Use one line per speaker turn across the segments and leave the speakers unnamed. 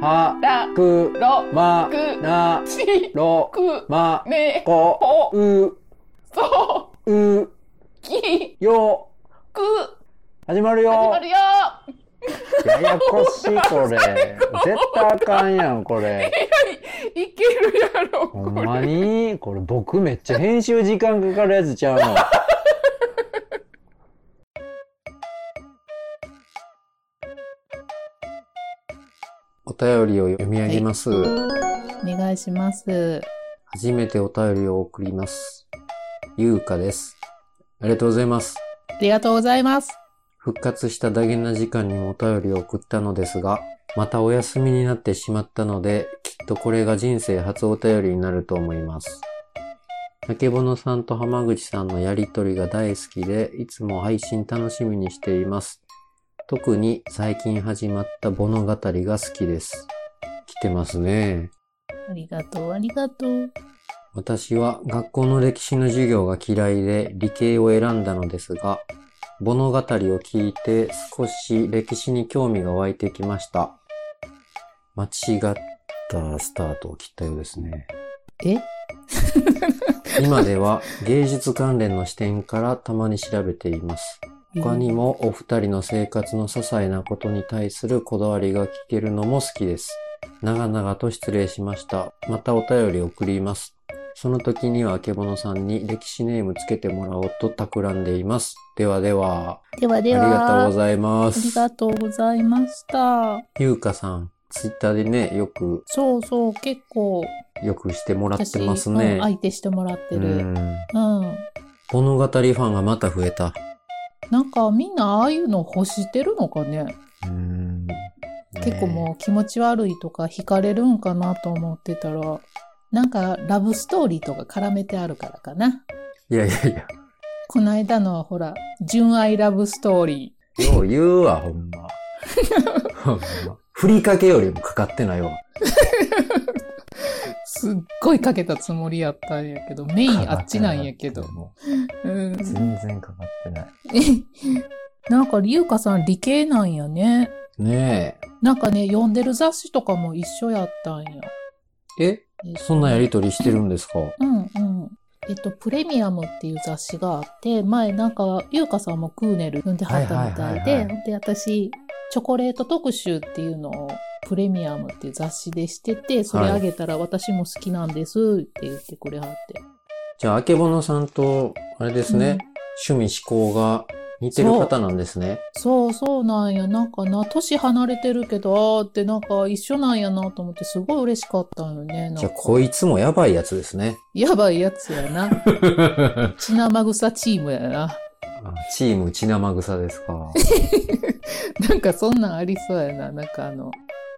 は、
ら、
く、
ろ、
ま、
く
な、
ち、
ろ、
く、
ま、
め、
こ、う、、
そうう、き、
よ、
く、
始まるよ。
始まるよ
ややこしい、こ れ。絶対あかんやん、これ。
いけるやろ、
ほ
こ
ん
れ。
まにこれ僕めっちゃ編集時間かかるやつちゃうの。お便りを読み上げます。
お願いします。
初めてお便りを送ります。ゆうかです。ありがとうございます。
ありがとうございます。
復活したダゲな時間にもお便りを送ったのですが、またお休みになってしまったので、きっとこれが人生初お便りになると思います。竹ぼのさんと浜口さんのやりとりが大好きで、いつも配信楽しみにしています。特に最近始まった物語が好きです。来てますね。
ありがとう、ありがとう。
私は学校の歴史の授業が嫌いで理系を選んだのですが、物語を聞いて少し歴史に興味が湧いてきました。間違ったスタートを切ったようですね。
え
今では芸術関連の視点からたまに調べています。他にもお二人の生活の些細なことに対するこだわりが聞けるのも好きです。長々と失礼しました。またお便り送ります。その時にはあけぼのさんに歴史ネームつけてもらおうと企んでいます。ではでは、
では
あり
では、
がとうございま
あり
す。
がとうございました。
ゆうかさん、ツイッターでね、よく、
そうそう、結構、
よくしてもらってます
うん
ね。
相手してもらって
う
る。
ん
うん。
物語ファンがまた増えた。
なんかみんなああいうの欲してるのかね
うん
結構もう気持ち悪いとか惹かれるんかなと思ってたら、なんかラブストーリーとか絡めてあるからかな。
う。いやいやいや。
こないだのほら、純愛ラブストーリ
よう言うわ、ほんま。 ほんまふりかけよりもかかってないわ。
ー。すっごいかけたつもりやったんやけど、メインあっちなんやけど。
も
うん
う。全然かかってない。
なんか、りゅうかさん理系なんやね。
ね
なんかね、読んでる雑誌とかも一緒やったんや。
え。えそんなやりとりしてるんですか
うんうん。えっと、プレミアムっていう雑誌があって、前なんか、ゆうかさんもクーネル読んではったみたい
はいはい
で、
はい
で、私、チョコレート特集っていうのを、プレミアムっていう雑誌でしてて、それあげたら私も好きなんですって言ってくれはって。
じゃあ、あけぼのさんと、あれですね、趣味思考が似てる方なんですね。
そうそうなんや。なんかな、年離れてるけど、あーってなんか一緒なんやなと思って、すごい嬉しかったんよね。なん
じゃあ、
か
こいつもやばいやつですね。
やばいやつやな。
あ
血生臭チームやな。
チーム血生草ですか。
なんかそんなんありそうやな。なんかあの、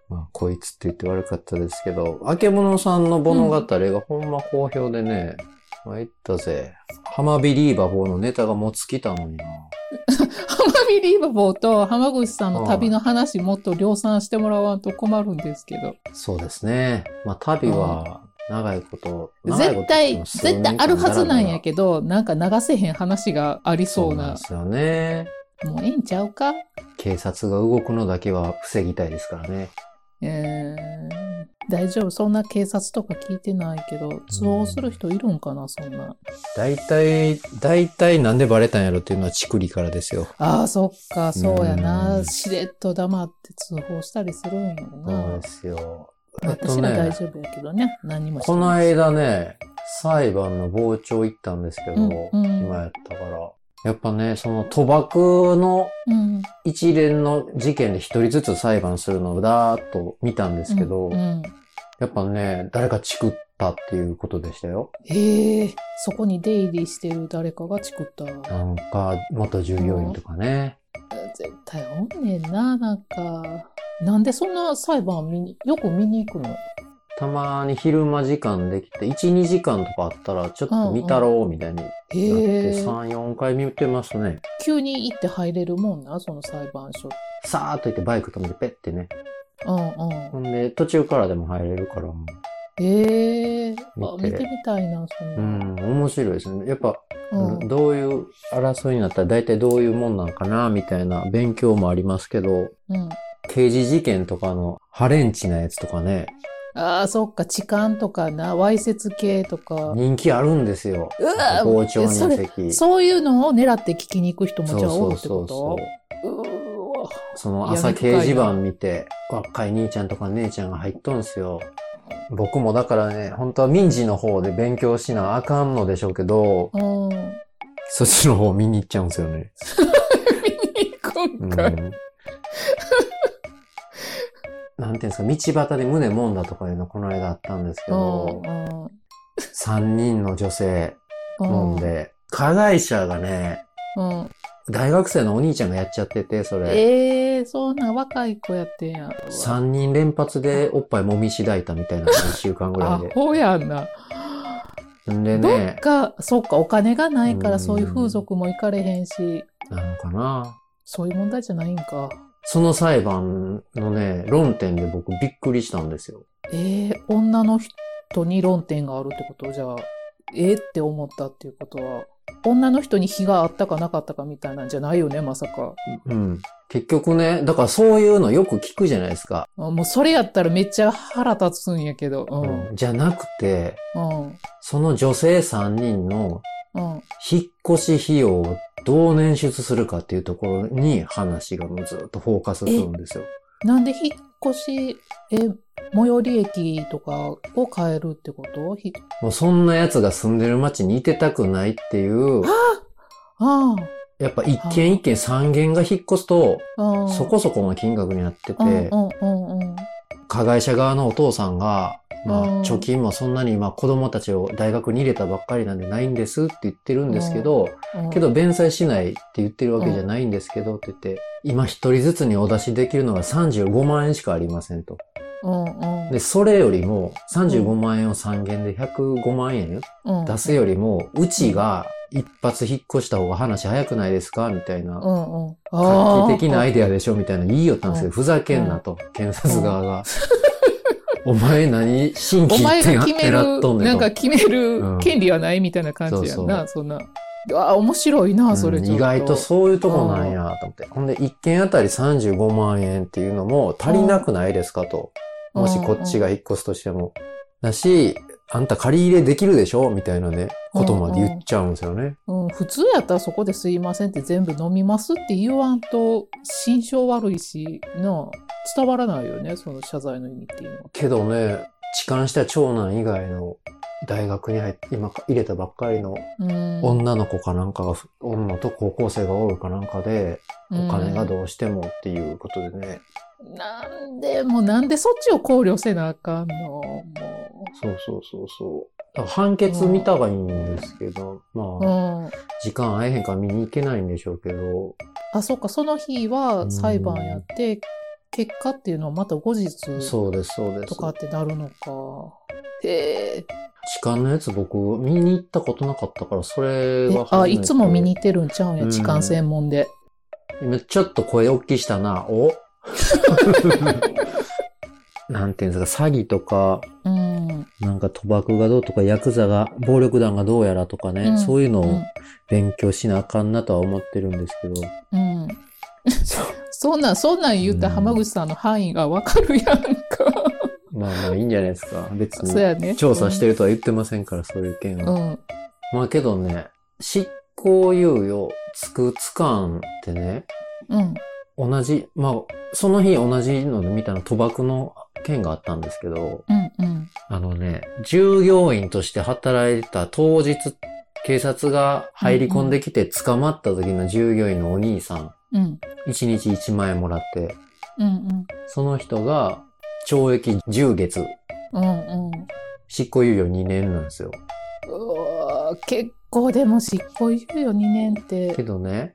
まあ、こいつって言って悪かったですけど、あけぼのさんの物語がほんま好評でね、参ったぜ。浜ビリーバー4のネタがもう尽きたのにな。
浜ビリーバボーと浜口さんの旅の話もっと量産してもらわんと困るんですけど。
そうですね。まあ、旅は長いこと、長いこ
絶
と
対、
もう数
絶
年間
対あるはずな
だら
んや
だら
けど、なんか流せへん話がありそう
そうなん
な。
ですよね。
もうええんちゃうか
警察が動くのだけは防ぎたいですからね。
えー、大丈夫。そんな警察とか聞いてないけど、通報する人いるんかな、そんな。
大体、大体なんでバレたんやろっていうのはチクリからですよ。
ああ、そっか、そうや
うん
な。しれっと黙って通報したりするんやろ
そう
な
で。すよ。えっと
私
ね
ら大丈夫やけどね。何もして
この
ない。
間ね、裁判の傍聴行ったんですけど、
うんうん
今やったから。やっぱね、その賭博の
うん。
一連の事件で一人ずつ裁判するのをだーっと見たんですけど、
うんうん
やっぱね、誰かチクったっていうことでしたよ。
ええそこに出入りしてる誰かがチクった。絶
なんか、元従業員とかね。
対おんねんな、なんか。なんでそんな裁判見に、よく見に行くの
たまに昼間時間できて、1、2時間とかあったら、ちょっと見たろうみたいになって、
ええ
3、4回見てますね。
急に行って入れるもんな、その裁判所。
さーっと行ってバイク止めてペッてね。
うんう
ほ
ん。
んで、途中からでも入れるから、もう
ええあ
見て
見てみたいな、そん
う
な。
ん、面白いですね。やっぱ、
うん。
どういう争いになったら大体どういうもんなんかな、みたいな勉強もありますけど、
うん。
刑事事件とかのハレンチなやつとかね、
ああ、そっか、痴漢とかな、わいせつ系とか。
人気あるんですよ。
うわ
傍聴
そ
人
れ
席。
そういうのを狙って聞きに行く人も
そ
じゃあ
そ
多いってことうーわ
その朝
闇深いな
掲示板見て、若い兄ちゃんとか姉ちゃんが入っとんすよ。僕もだからね、本当は民事の方で勉強しなあかんのでしょうけど、
うん。見
そっちの方見に行っちゃうんですよね。
に行く
うんん、な
か。
いんていうんですか、道端で胸もんだとかいうのこの間あったんですけど、
うん
3人の女性
うん
飲んで、加害者がね、
うん。
大学生のお兄ちゃんがやっちゃってて、それ。
ええー、そんな若い子やってんやん。
3人連発でおっぱいもみしだいたみたいな のが1週間ぐら
ア
いで。
ホやんな。
んで
どっ
ね、
か、そうか、お金がないか
う
ら
ん
そういう風俗も行かれへんし、
なのかな。
そういう問題じゃないんか。
その裁判のね、論点で僕びっくりしたんですよ。
ええ女の人に論点があるってことじゃあ、ええって思ったっていうことは、女の人に非があったかなかったかみたいなんじゃないよね、まさか。
うん。結局ね、だからそういうのよく聞くじゃないですか。
あもうそれやったらめっちゃ腹立つんやけど。うん。うん。
じゃなくて、
うん。
その女性3人の
うん。
引っ越し費用をどう捻出するかっていうところに話がもうずっとフォーカスするんですよ。
なんで引っ越し、え、最寄り駅とかを変えるってことひ
もうそんな奴が住んでる町にいてたくないっていう、
あ
やっぱ一軒一軒3軒が引っ越すと、
あ、うん。
そこそこの金額になって
うん
て
う、んうんうん。
加害者側のお父さんが、まあ
うん、
貯金もそんなに、まあ、子供たちを大学に入れたばっかりなんでないんですって言ってるんですけど、
うん
けど、弁済しないって言ってるわけじゃないんですけどって言って、今一人ずつにお出しできるのが35万円しかありませんと。
うんうん。
で、それよりも、35万円を3元で105万円
うん
出すよりも、うちが一発引っ越した方が話早くないですかみたいな
う。んうん。
画期的なア
い。
イデアでしょみたいな言いよったんですよ。
うん
ふざけんなと、検察側が。 お前何新
お
規
前
一点
が決め
狙っと
る、
んね
なんん
と
か。決め
う
る
ん
権利はないみたいな感じやん
そ
な、そんな。あ、面白いうな、
ん
それちょっと。
意外とそういうとこなんやと思って。ほんで、1件あたり35万円っていうのも足りなくないですかと。もしこっちが引っ越すとしても。だし、あんた借り入れできるでしょみたいなね、ことまで言っちゃうんですよね。
うん、普通やったらそこですいませんって全部飲みますって言わんと、心象悪いし、なあ、伝わらないよね、その謝罪の意味っていうのは。
けどね、痴漢した長男以外の大学に入って、今入れたばっかりの
うん、
女の子かなんかが、女と高校生がおるかなんかで、お金がどうしてもっていうことでね。
うんなんで、もうなんでそっちを考慮せなあかんのも
そうそうそうそう。だから判決見たがいいんですけど、
う。う
まあ、
ん。
時間合えへんから見に行けないんでしょうけど、
あ、そうか、その日は裁判やって、結果っていうのはまた後日
そうです、そうです
と。かってなるのか。へえ。
痴漢のやつ僕、見に行ったことなかったから、それ
え
が
あ、いつも見に
行
行ってるんちゃうん
う
や、
ん
痴漢専門で。
今ちょっと声大きいしたな。 おなんていうんですか、詐欺とか、
うん。
なんか賭博がどうとか、ヤクザが、暴力団がどうやらとかね、
うん
そういうの
う
を
ん
勉強しなあかんなとは思ってるんですけど。
うん。そんなん、そんなん言ったら
うん
浜口さんの範囲がわかるやんか。
まあまあいいんじゃないですか。別
そう
に。
やね。
調査してるとは言ってませんから、そういう件
う
は。
ん。
まあけどね、執行猶予、つく、つかんってね、
うん。
同じ、まあ、その日同じので見たの賭博の件があったんですけど、
うん。うん。
あのね、従業員として働いてた当日、警察が入り込んできて捕まった時の従業員のお兄さん、
うん。
1日1万円もらって、
うん。
その人が懲役10月、
うん。うん。うん。
執行猶予2年なんですよ。
うわー結構でも執行猶予2年って
け。どね、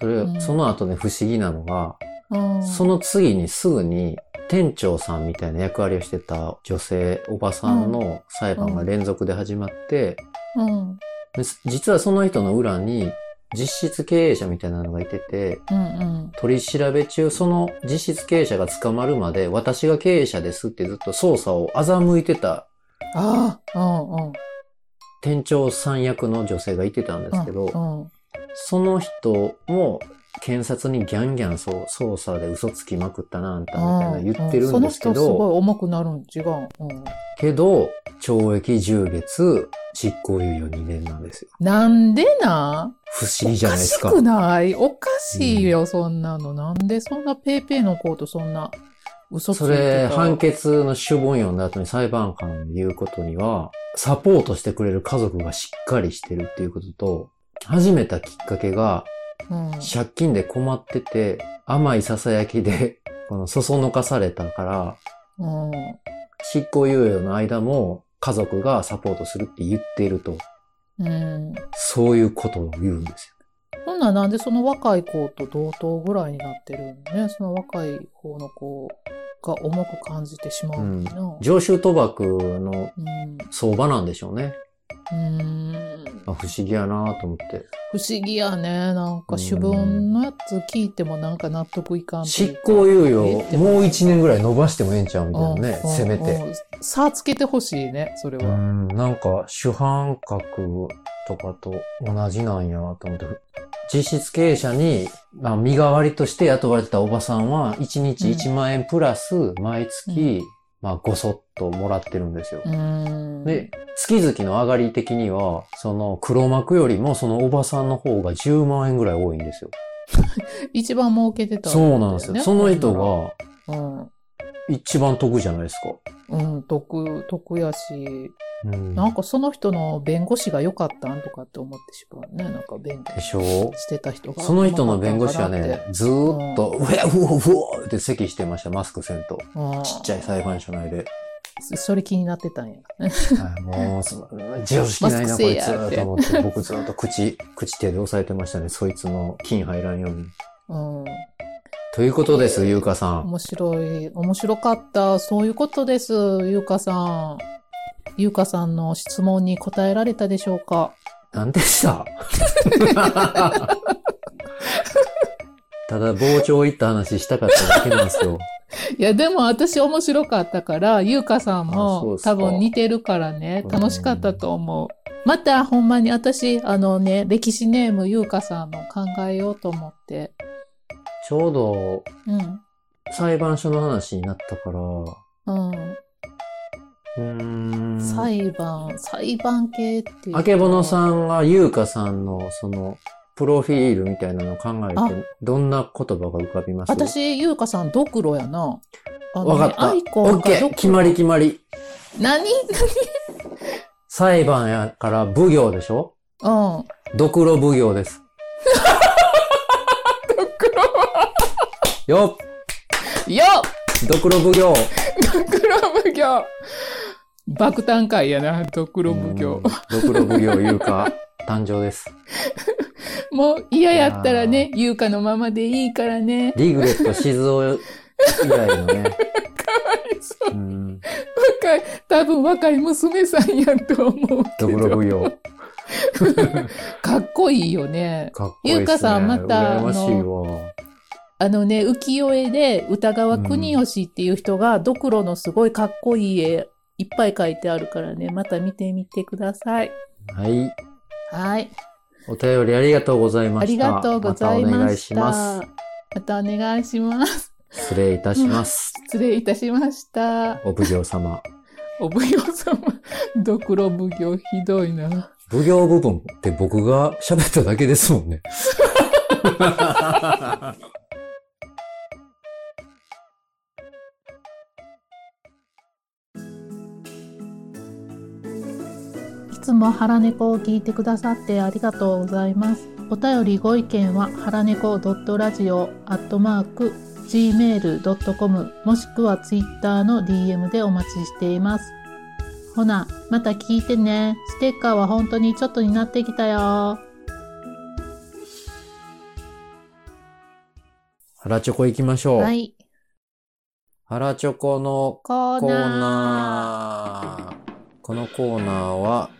それ、
うん
その後ね、不思議なのが、
うん。
その次にすぐに、店長さんみたいな役割をしてた女性、おばさんの裁判が連続で始まって、
うん。
で実はその人の裏に、実質経営者みたいなのがいてて、
うん。うん。
取り調べ中、その実質経営者が捕まるまで、私が経営者ですってずっと捜査を欺いてた
ああ。うん。うん。
店長さん役の女性がいてたんですけど、
うん。
その人も検察にギャンギャンそう捜査で嘘つきまくったな、あんたみたいな言って
う
るんですけ
その人すご
ど、
い重くなるん違う、うん、
けど、懲役10月、執行猶予2年なんですよ。
なんでなん
不思議じゃないですか
おかし。くないおかしいよ、そんなの。なんでそんなペーペーの子とそんな嘘つい
そ
てた
れ、判決の主文読んだ後に裁判官に言うことには、サポートしてくれる家族がしっかりしてるっていうことと、始めたきっかけが、
うん。
借金で困ってて、甘い囁きで、この、そそのかされたから、
うん。
執行猶予の間も家族がサポートするって言っていると、
うん。
そういうことを言うんです
ほんならなんでその若い子と同等ぐらいになってるんね。その若い方の子が重く感じてしまうんだな
よ。。常習賭博の
うん。
相場なんでしょうね。
うん。
あ不思議やなと思って。
不思議やね。なんか主文のやつ聞いてもなんか納得いかんとい
執
うか。
行猶予
えって
もう1年ぐらい伸ばしてもええんちゃうみたいなね、
うん
せめ。て。
うん差つけてほしいね、それ
う
は。
ん、なんか主犯格とかと同じなんやと思って。実質経営者に、まあ、身代わりとして雇われてたおばさんは、1日1万円プラス、毎月、まあ、ごそっともらってるんですよ。
うん。
で、月々の上がり的には、その黒幕よりもそのおばさんの方が10万円ぐらい多いんですよ。
一番儲けてた、
そうなんですよ。その人。が
うん。
一番得じゃないです
うん、得、得やし、
か。うん。
なんかその人の弁護士が良かったんとかって思ってしまうね。なんか弁護
でしょう
してた人が。
その人の弁護士はね、、ずーっと、うえ、うお、うおって咳してました、マスクせんと。
うん、
ちっちゃい裁判所内で。
そそれ気になってたんや。
はいもう、そ常識ないな、
マス
こ
クせ
い
え
つ、
やって
と思って、僕ずーっと口、口手で押さえてましたね、そいつの金入らんように。
うん。
ということです、ゆうかさん。
面白い。面白かった。そういうことです。ゆうかさん。ゆうかさんの質問に答えられたでしょうか
なんでしたただ、傍聴行った話したかっただけなんですよ。
いや、でも私面白かったから、ゆうかさん
あそう
も
ですか
多分似てるからね
う、ん
楽しかったと思う。またほんまに私、あのね、歴史ネームゆうかさんの考えようと思って。
ちょうど、
うん。
裁判所の話になったから、う
うん。
ーん。
裁判、裁判系っていう。
あけぼの
ん。
さんが優香さんのそのプロフィールみたいなのを考
あ
えて、どんな言葉が浮かびます
私、ゆうかさん、ドクロやな。あの
わ
ね
かった。
ア
オ
イコ
ッ
ン
ケ
が
ー
ド
決
クロ。
まり決まり。
何
裁判やから奉行でしょ
うん。
ドクロ奉行です。ドクロよ
よ
っドクロ奉行
ドクロ奉行爆誕会やな、ドクロ奉行
うん。ドクロ奉行優香、誕生です。
もう嫌やったらね、優香のままでいいからね。
リグレット静雄以来の ね。かわいそう。ん、
若い、多分若い娘さんやと思う
ドク
け
ロ
ど
奉。行。
かっこいいよね。
かっこいいっすね。
ゆうかさんまた
羨ましいわ。
あのね、浮世絵で歌川国吉っていう人が、ドクロのすごいかっこいい絵いっぱい描いてあるからね、また見てみてください。
はい。
はい。
お便りありがとうございまし
あ
た。
りがとうござい
またお
ま
願い
し。
したます。
またお願いします。
失礼いたし ます。
失礼いたし ました。
お奉行様。
お奉行様、ドクロ奉行ひどいな。
奉行部分って僕が喋っただけですもんね。
いつも腹猫を聞いてくださってありがとうございます。お便りご意見は腹猫ドットラジオアットマーク gmail.com もしくはツイッターの DM でお待ちしています。ほな、また聞いてね。ステッカーは本当にちょっとになってきたよ。
腹チョコ行きましょう。
はい、
腹チョコの
コーナー。
コーナー。このコーナーは、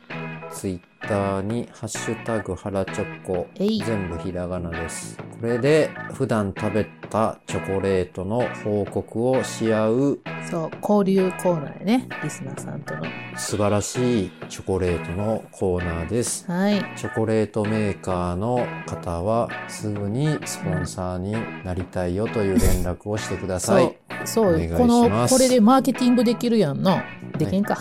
ツイッターにハッシュタグハラチョコ、
えい
全部ひらがなです。これで普段食べたチョコレートの報告をし合う
そう、交流コーナーやね。リスナーさんとの。
素晴らしいチョコレートのコーナーです。
はい。
チョコレートメーカーの方はすぐにスポンサーになりたいよという連絡をしてくださ
そ。、
いう
そ
お願
う
いし
よ。この、
ます
これでマーケティングできるやんの。できんか。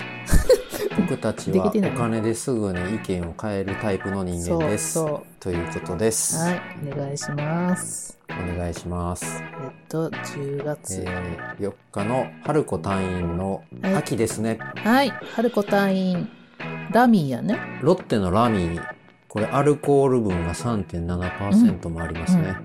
僕たちは
で
お
きてない
金ですぐに意見を変えるタイプの人
そ
間
う、
です。
そ
ということです。
う。はい。お願いします。
お願いします。
えっと、10月。
えー4日の春子隊員の
はい
秋ですね。
はい。春子隊員、ラミーやね。
ロッテのラミー、これアルコール分が3.7%もありますね。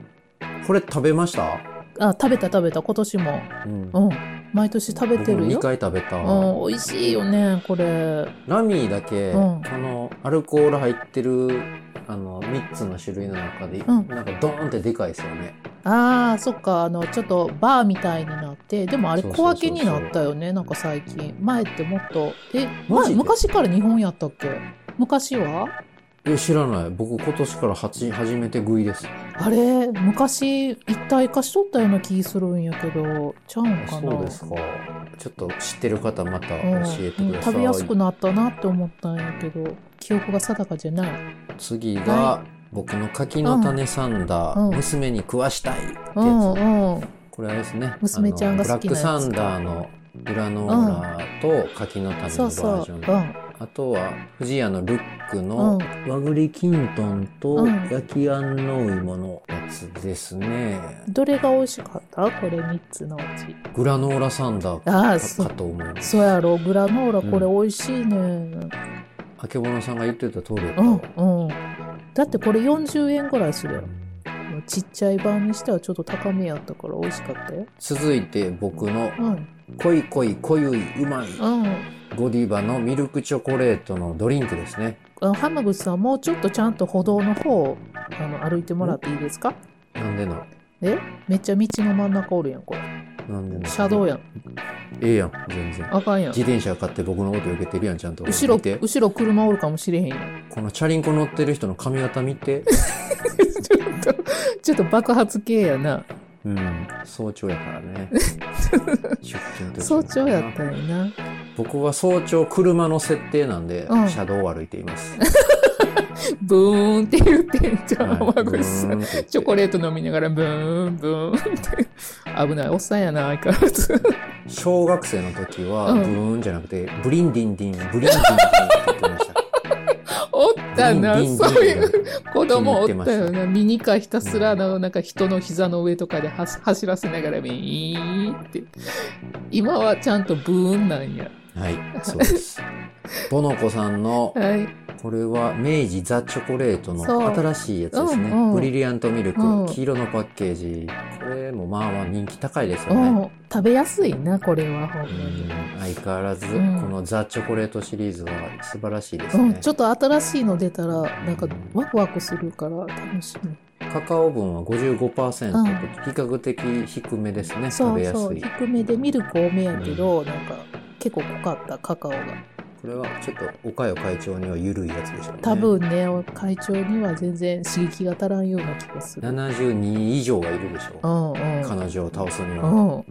これ食べました
あ、食べた食べた、今年も。
うん。
うん。毎年食べて
僕も
る
2
よ。
回食べた。
うん、美味しいよね、これ。
ラミーだけ、
うん
このアルコール入ってる、あの、3つの種類の中で、
うん
なんかドーンってでかいですよね。
ああ、そっか、あの、ちょっとバーみたいになって、でもあれ
そう
小
そうそうそう
分けになったよね、なんか最近。前ってもっと、え、
マジ
前、
で
昔から日本やったっけ昔は
え、知らない。僕今年から初初めて食いです。
あれ、昔一体化しとったような気するんやけど、ちゃうん
あ
かな。
そうですか。ちょっと知ってる方また教
うん
えてください。
食べやすくなったなって思ったんやけど、記憶が定かじゃない。
次が、
は
僕の柿の種サンダー、
うん
娘に食わしたいってやつ、
うんうん。
これあれですね
娘ちゃんが好きなやつ
あのブラックサンダーのグラノーラと柿の種の
そ
バ
うそ
ー
う。
ジ
う
ョン、
ん。
あとは藤屋のルック
う
の
ん。
和栗きんとんと
うん
焼き安納芋のやつですね、
どれが美味しかったこれ3つのうち。
グラノーラサンダーか
ああ、そ
かと思います
そうやろ、グラノーラこれ美味しいね。
あけぼのさんが言ってた通りだったわ
うん、うん。だってこれ40円ぐらいするやろ。もうちっちゃい版にしてはちょっと高めやったから美味しかったよ。
続いて僕の
うん。
「濃い濃い濃ゆいうまい
うん。」
ゴディバのミルクチョコレートのドリンクですね
あの浜口さん、もうちょっとちゃんと歩道の方をあの歩いてもらっていいですか
なんでな
めっちゃ道の真ん中おるやん、これ。
なんでな
車道やん。
ええやん、全然。
あかんやん
自。転車買って僕のこと避けてるやん、ちゃんと。
後ろ、
見て。
後ろ車おるかもしれへんやん。
このチャリンコ乗ってる人の髪型見て。
ちょっと、ちょっと爆発系やな。
うん。早朝やからね。 出勤と
早朝やったんやな。
僕は早朝車の設定なんで、
うん
車道を歩いてい ます。
ブーンって言ってんじゃん、
はい
浜口さん。チョコレート飲みながらブーンブーンって危ないおっさんやな相変わ らず
小学生の時は、
う
ブ
ん
ーンじゃなくて、ブリンディンディン、ブリンディンディンって言ってま した。
おったな
ブリンディンディン
そういう子供おった
気に入
よ
って
なミニカーひたすらあのなんか人の膝の上とかではし走らせながらビーンって今はちゃんとブーンなんや
はい、そうです。ボノコさんの、
はい
これは明治ザ・チョコレートの
そう
新しいやつですね。
うんうん
ブリリアントミルク、
うん
黄色のパッケージ。これもまあまあ人気高いですよね。
お食べやすいなこれはほん
う
まに
ん、相変わらず、こ
うん
のザ・チョコレートシリーズは素晴らしいです
うん、
ね。
ちょっと新しいの出たらなんかワクワクするから楽しみ
カカオ分は55%
うん
と比較的低めですね。
そ
食べ
う
や
そう
すい。
低めでミルク多めやけど、なんか結構濃かったカカオが。
これはちょっと、岡よ会長には緩いやつでしょうね。
多分ね、会長には全然刺激が足らんような気がする。
72以上はいるでしょ
う
う。
んうん。
彼女を倒すに
う
は。
ん。